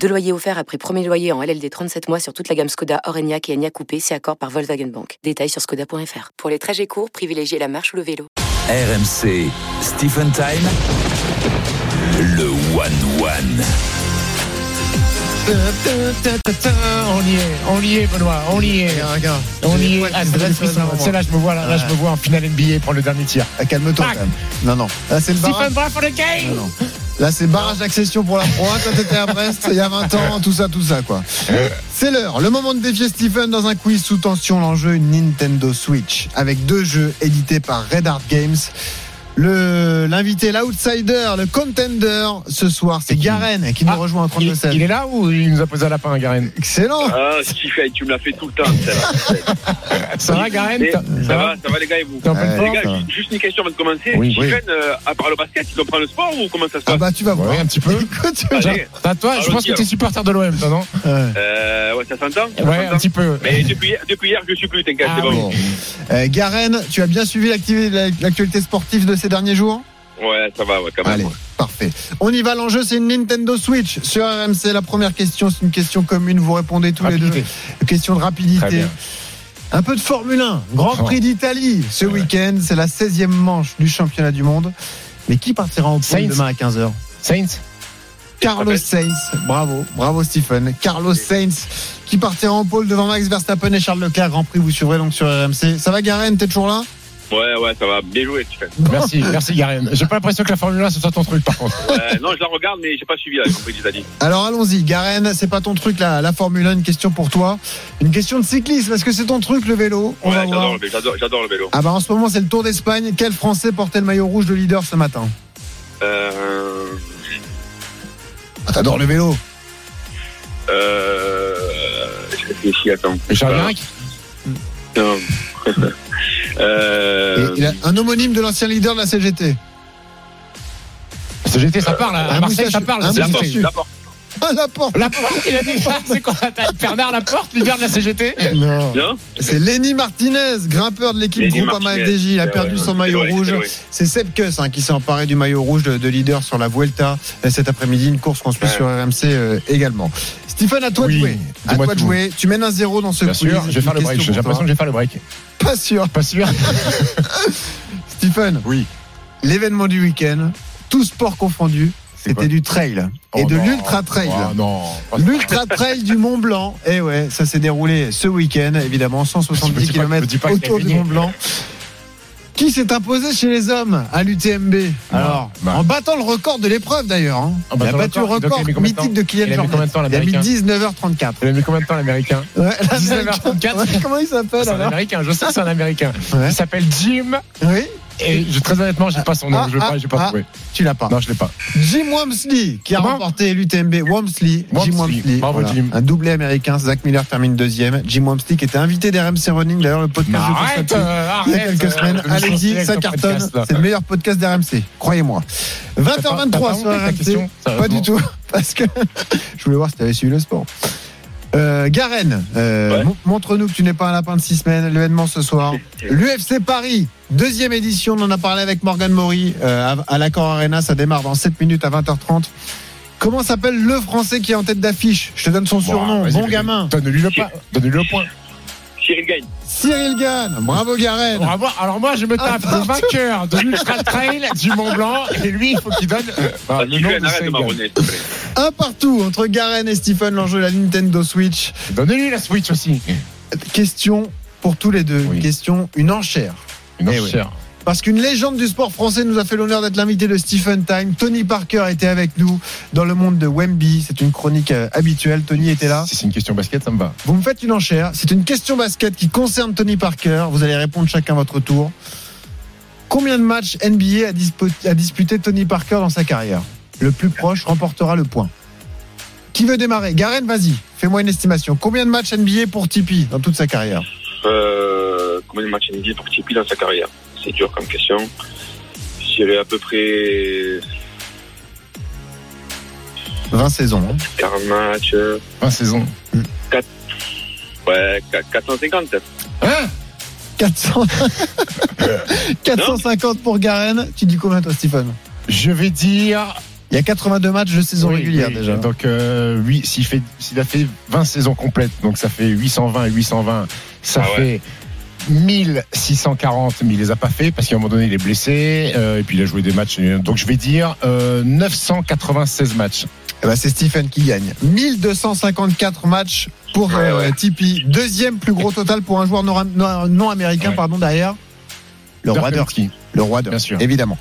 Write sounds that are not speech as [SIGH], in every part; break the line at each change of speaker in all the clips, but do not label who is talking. Deux loyers offerts après premier loyer en LLD 37 mois sur toute la gamme Skoda, Orenia et Enya Coupé, si accord par Volkswagen Bank. Détails sur skoda.fr. Pour les trajets courts, privilégiez la marche ou le vélo.
RMC, Stephen Time, le One One.
On y est, on y est, Benoît, on y est, regarde. On y est, André C'est là, je me vois, là, là, je me vois en finale NBA pour le dernier tir.
Ah, Calme-toi
Tac.
quand même. Non, non. Là, c'est le barrage.
Stephen Brun for the
Non,
game
non. Là, c'est barrage d'accession pour la Pro 1 quand t'étais à Brest il y a 20 ans, tout ça, tout ça, quoi. C'est l'heure, le moment de défier Stephen dans un quiz sous tension, l'enjeu une Nintendo Switch, avec deux jeux édités par Red Art Games. Le, l'invité, l'outsider, le contender, ce soir, c'est Garen qui nous
Ah,
rejoint en 32
il, il est là ou il nous a posé un lapin, Garen
Excellent!
Ah, Stephen, tu me l'as fait tout le temps, celle-là.
Ça va, Garen
Et
T'as-
Ça va, ça va les gars et vous
T'es en pleine
Ouais,
Les
forme
gars,
ça va.
ju- juste une question avant de commencer.
Oui.
Stephen, euh, à part le basket, tu comprends le sport ou comment ça se
Ah
passe
bah, tu vas voir.
Ouais, un petit peu.
[LAUGHS] Écoute, tu vas-
Allez.
T'as- toi, je
Ah,
pense que
ok.
t'es supporter de l'OM, toi, non
Ouais.
Euh, ouais, ça s'entend Ça
Ouais, un
s'entend
petit peu.
Mais depuis, hier- depuis hier, je suis plus, t'inquiète,
Ah
c'est bon.
Bon. Euh, Garen, tu as bien suivi l'activi- l'actualité sportive de ces derniers jours?
Ouais, ça va, ouais, quand même.
Allez, parfait. On y va, l'enjeu, c'est une Nintendo Switch. Sur RMC, la première question, c'est une question commune, vous répondez tous les
Rapidité.
deux. Question de
Très
rapidité.
bien.
Un peu de Formule 1, Grand
Oh.
Prix d'Italie ce
Ouais.
week-end, c'est la 16e manche du championnat du monde. Mais qui partira en pole
Sainz.
demain à 15h
Saints
Carlos Sainz, bravo, bravo Stephen. Carlos Sainz qui partira en pole devant Max Verstappen et Charles Leclerc. Grand Prix, vous suivrez donc sur RMC. Ça va Garen, t'es toujours là
Ouais, ouais, ça va. Bien joué, Stephen.
Merci,
[LAUGHS]
merci, Garen. J'ai pas l'impression que la Formule 1, ce soit ton truc, par contre.
Euh, non, je la regarde, mais j'ai pas suivi, là, j'ai compris les amis.
Alors allons-y, Garen, c'est pas ton truc la, la Formule 1, une question pour toi. Une question de cyclisme, est-ce que c'est ton truc le vélo On
Ouais,
va voir.
j'adore le, vélo, j'adore- j'adore le vélo.
Ah bah en ce moment c'est le Tour d'Espagne. Quel Français portait le maillot rouge de leader ce matin
Euh,
ah, T'adores le vélo
euh, je réfléchis, attends.
Charles
Euh,
Virac
non. [LAUGHS] euh,
Et il a Un homonyme de l'ancien leader de la CGT.
CGT, ça parle, hein.
un
à Marseille, ça
moustachu-
parle.
un
c'est
la
la
porte,
CGT.
la porte.
Ah la porte
La porte, il a dit ça, c'est quoi T'as Bernard Laporte, leader de la CGT
Non.
[LAUGHS] Non
C'est Lenny Martinez, grimpeur de l'équipe
Lenny
groupe
Martinez.
AMAFDJ. Il a
Ouais,
perdu
ouais,
son
c'est
maillot
loin,
rouge.
c'est loin.
C'est Seb Kuss hein, qui s'est emparé du maillot rouge de, de leader sur la Vuelta euh, cet après-midi, une course qu'on suit
Ouais.
sur RMC euh, également. Stephen, à toi de
Oui,
jouer. À
dis-moi
toi de
tout.
jouer. Tu mènes un zéro dans ce
Bien
quiz.
sûr, je vais faire le
Une
break. J'ai
question pour
l'impression que je vais faire le break.
toi. Pas sûr.
Pas sûr
Stephen.
Oui.
L'événement du week-end, tout sport confondu, c'était du trail et
Oh
de
non.
l'ultra trail.
Oh non.
[LAUGHS] L'ultra trail du Mont Blanc. Eh ouais, ça s'est déroulé ce week-end, évidemment,
Me dis
170
pas- me dis
km
pas que
autour
t'as
du
gagné.
Mont Blanc. Qui s'est imposé chez les hommes à l'UTMB Alors,
bah.
en battant le record de l'épreuve d'ailleurs, hein.
En
il a
battant le
battu le
record, il a
record
mis combien de
mythique de
Il
Kylian
a mis
Jornet.
combien de temps,
Il a mis
l'américain
19h34.
Il a mis combien de temps, l'américain
Ouais, l'Américain.
19h34
Ouais, [LAUGHS] Comment il s'appelle
C'est un
alors
américain, je sais que c'est un américain.
Ouais.
Il s'appelle Jim,
Oui,
et je, très honnêtement, j'ai pas son nom,
Ah,
je l'ai pas,
ah,
j'ai pas
ah.
trouvé.
tu l'as pas.
Non, je l'ai pas.
Jim Wamsley qui a
Comment
remporté l'UTMB. Wamsley, Jim
Wamsley.
Wamsley,
Bravo, Jim.
un doublé américain. Zach Miller termine deuxième. Jim Wamsley qui était invité d'RMC Running, d'ailleurs le
Mais
podcast de course à
arrête,
pied,
euh,
Il y a
arrête.
quelques semaines,
euh,
allez-y,
avec
ça
ton
cartonne.
podcast, là.
C'est le meilleur podcast d'RMC, croyez-moi.
T'as pas- t'as
20h23
pas honte avec ta
sur RMC.
question,
Pas du
sérieusement
tout, [LAUGHS] parce que je voulais voir si tu avais suivi le sport. Euh, Garen, euh,
Ouais.
mon- montre-nous que tu n'es pas un lapin de six semaines. L'événement ce
[LAUGHS]
soir, l'UFC Paris, deuxième édition. On en a parlé avec Morgan Maury euh, à, à l'Accor Arena. Ça démarre dans 7 minutes à 20h30. Comment s'appelle le Français qui est en tête d'affiche Je te donne son surnom,
vas-y,
bon
vas-y.
gamin.
Donne-lui le pas, donne-lui le point.
Cyril gagne.
Ah, Cyril Gann, bravo Garen.
Bravo. Alors moi, je me tape
Ah,
le vainqueur de l'Ultra Trail du Mont Blanc, et lui, il faut qu'il donne euh, bah,
Ah,
le nom
Stephen,
de
arrête de
Sagan.
marronner, s'il te plaît.
Un partout entre Garen et Stephen, l'enjeu de la Nintendo Switch.
Donnez-lui la Switch aussi.
Eh Question pour tous les deux.
Oui.
Question, une enchère.
Une
Eh
enchère.
Parce qu'une légende du sport français nous a fait l'honneur d'être l'invité de Stephen Time. Tony Parker était avec nous dans le monde de Wemby. C'est une chronique euh, habituelle. Tony était là.
Si c'est une question basket, ça me va.
Vous me faites une enchère. C'est une question basket qui concerne Tony Parker. Vous allez répondre chacun votre tour. Combien de matchs NBA a, dispo- a disputé Tony Parker dans sa carrière Le plus proche remportera le point. Qui veut démarrer Garen, vas-y, fais-moi une estimation. Combien de matchs NBA pour Tipeee dans toute sa carrière
Euh, combien de matchs NBA pour Tipeee dans sa carrière c'est dur comme question. Je dirais à peu près
20 saisons. hein.
40 matchs, euh,
20 saisons.
ouais, 4- 450 peut-être.
Hein
400... 450 pour Garen. Tu dis combien toi, Stephen
Je vais dire.
Il y a 82 matchs de saison
Oui,
régulière
oui,
déjà.
Donc, euh, oui, s'il fait, s'il a fait 20 saisons complètes, donc ça fait 820 820, ça
Ah
fait 1640, mais il les a pas fait parce qu'à un moment donné, il est blessé, euh, et puis il a joué des matchs. euh, Donc, je vais dire euh, 996 matchs.
Eh ben, c'est Stephen qui gagne. 1254 matchs pour
Ouais,
euh,
ouais.
Tipeee. Deuxième plus gros total pour un joueur nora- no- non américain,
Ouais.
pardon, derrière. Le roi d'or.
Derpelski.
Le roi d'or,
Bien sûr.
évidemment.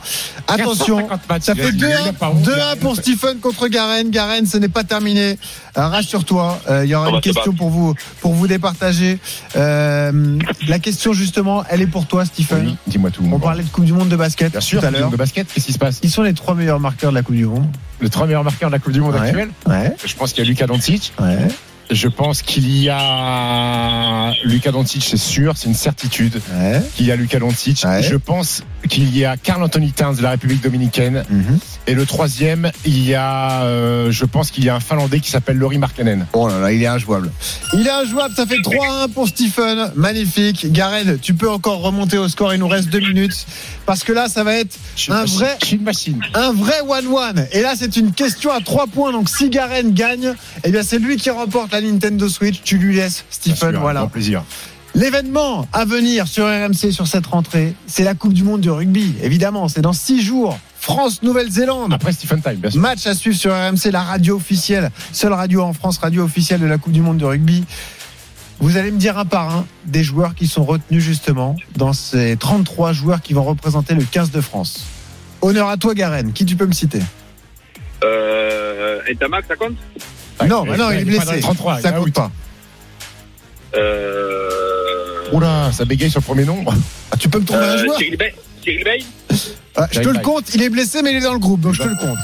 Attention,
450 matchs.
ça
Il a-
fait
il a pas honte.
2-1 pour Stephen contre Garen. Garen, ce n'est pas terminé. Euh, Rassure-toi, euh, il y aura
On va
une
se
question
battre.
pour vous, pour vous départager. Euh, la question, justement, elle est pour toi, Stephen.
Oui, Dis-moi tout.
On
Bon.
parlait de Coupe du Monde de basket
Bien sûr,
tout à l'heure.
de basket, qu'est-ce qui se passe
Qui sont les trois meilleurs marqueurs de la Coupe du Monde
Le trois meilleurs marqueurs de la Coupe du Monde
Ouais.
actuelle,
Ouais,
je pense qu'il y a Lucas Doncic.
ouais.
Je pense qu'il y a Lucas Doncic, c'est sûr, c'est une certitude
Ouais.
qu'il y a Lucas Doncic.
Ouais.
Je pense qu'il y a Carl Anthony Towns de la République dominicaine.
Mhm.
Et le troisième, il y a, euh, je pense qu'il y a un Finlandais qui s'appelle Laurie Markkanen.
Oh là là, il est injouable. Il est injouable, ça fait 3-1 pour Stephen. Magnifique. Garen, tu peux encore remonter au score, il nous reste deux minutes. Parce que là, ça va être
Je suis une
Un
machine.
vrai-
Je suis une machine.
un vrai 1-1. Et là, c'est une question à 3 points. Donc si Garen gagne, eh bien c'est lui qui remporte la Nintendo Switch. Tu lui laisses,
Bien
Stephen.
sûr,
voilà.
Grand plaisir.
L'événement à venir sur RMC sur cette rentrée, c'est la Coupe du Monde de rugby. Évidemment, c'est dans 6 jours. France-Nouvelle-Zélande.
Après Stephen Time, bien sûr.
Match à suivre sur RMC, la radio officielle, seule radio en France, radio officielle de la Coupe du Monde de rugby. Vous allez me dire un par un des joueurs qui sont retenus justement dans ces 33 joueurs qui vont représenter le 15 de France. Honneur à toi, Garen. Qui tu peux me citer
Euh, Entamac, ça compte
Non,
Ouais,
bah non,
ouais,
il est
pas dans
blessé.
les 33,
Ça
il est
compte
out.
pas.
euh,
Oula, ça bégaye sur le premier nom.
Ah, tu peux me trouver un
euh,
joueur
Cyril Bay Cyril Bay
Ah, Je te le
Bye-bye.
compte. Il est blessé, mais il est dans le groupe, donc je te le compte.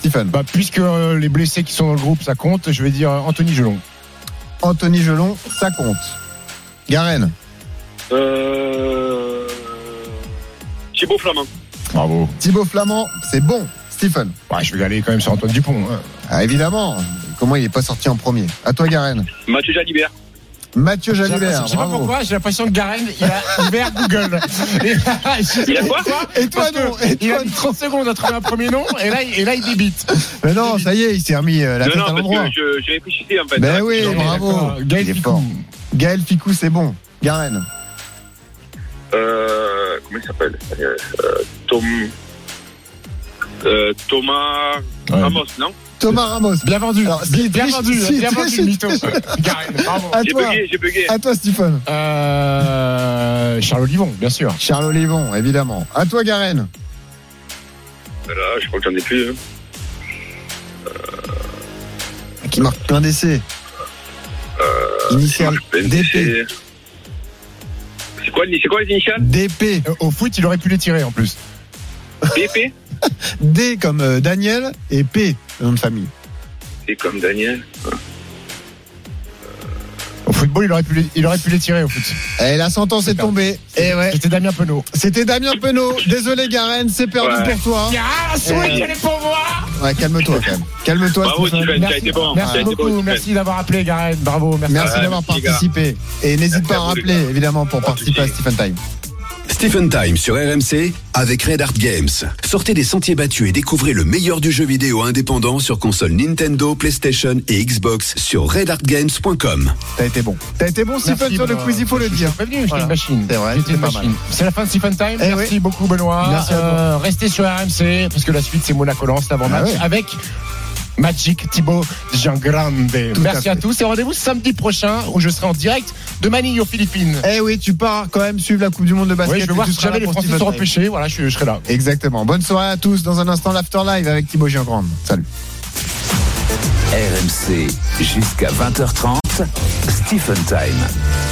Stephen.
Bah, puisque euh, les blessés qui sont dans le groupe, ça compte, je vais dire euh, Anthony Gelon.
Anthony Gelon, ça compte. Garen.
euh, Thibaut Flamand.
Bravo.
Thibaut Flamand, c'est bon. Stephen.
Ouais, je vais aller quand même sur Antoine Dupont. hein.
Ah, évidemment. Comment il n'est pas sorti en premier À toi, Garen.
Mathieu Jalibert.
Mathieu
J'ai l'impression-
Jalibert.
Je sais pas
bravo.
pourquoi, j'ai l'impression que Garen, il a ouvert
[LAUGHS]
Google. Et là, je sais
Il a
pas
quoi
pourquoi,
Et toi,
parce
non,
que
et toi,
Il a mis 30 secondes à trouver un premier nom, et là, il- et là il débite.
Mais non, ça y est, il s'est remis euh, la tête
non,
à
non,
l'endroit.
parce que je, je réfléchissais en fait.
Ben
Ah,
oui,
non, mais-
bravo.
D'accord.
Il est
euh, Gaël
fort.
Ficou.
Gaël Ficou, c'est bon. Garen.
Euh, comment il s'appelle euh, Tom. Euh, Thomas Ramos, non
Thomas
Euh,
Ramos.
Bien vendu.
Alors, si-
bien vendu,
si-
bien
si-
vendu,
si-
mytho. Garen, bravo.
À
J'ai
toi.
bugué, j'ai bugué.
À toi, Stephen.
Euh, Charles Olivon, bien sûr.
Charles Olivon, évidemment. À toi, Garen.
Voilà, je crois que j'en ai plus. hein.
Qui marque plein d'essais. Initial. DP.
C'est c'est quoi, les- c'est quoi les initiales
DP.
Euh, Au foot, il aurait pu les tirer en plus.
BP
D comme euh, Daniel et P, le nom de famille.
C'est comme Daniel.
Au football, il aurait pu les, il aurait pu les tirer au foot.
Et Eh, la sentence est tombée. Et Eh ouais.
C'était Damien Penaud.
C'était Damien Penaud. Désolé, Garen, c'est perdu
Ouais.
pour toi.
Ah,
souris, elle
est pour moi.
Ouais, calme-toi quand même. Calme-toi,
Bravo,
Stephen.
Stephen, ça a
Merci,
été bon. ça a
merci
été bon,
beaucoup,
Stephen.
merci d'avoir appelé Garen. Bravo, merci.
Merci
Ouais,
d'avoir
merci, les gars.
participé. Et n'hésite
Merci
pas à
à vous, les
rappeler,
gars.
évidemment, pour
Pas de
participer à
souci.
Stephen Time.
Stephen Time sur RMC avec Red Art Games. Sortez des sentiers battus et découvrez le meilleur du jeu vidéo indépendant sur console Nintendo, PlayStation et Xbox sur redartgames.com.
T'as été bon. T'as été bon,
Merci,
Stephen, sur le
Benoît.
quiz, il faut le
Je suis
dire.
prévenu, j'étais
Voilà.
une machine.
C'est vrai,
J'étais
c'est
une
pas mal.
machine. C'est la fin de Stephen Time.
Eh
Merci beaucoup, Benoît.
Merci à toi.
Euh, restez sur RMC, parce que la suite, c'est Monaco Lance, l'avant-match,
Ah ouais.
avec Magic Thibaut Jean Grande. Merci
à
à,
fait.
tous et rendez-vous samedi prochain où je serai en direct de Manille aux Philippines.
Eh oui, tu pars quand même suivre la Coupe du Monde de basket.
Oui, je vais
et
voir
tu
si
seras
jamais
là
les
pour
Français
Stephen
sont
Time.
repêchés. Voilà, je, je serai là.
Exactement. Bonne soirée à tous. Dans un instant, l'After Live avec Thibaut Giangrande. Salut.
RMC jusqu'à 20h30. Stephen Time.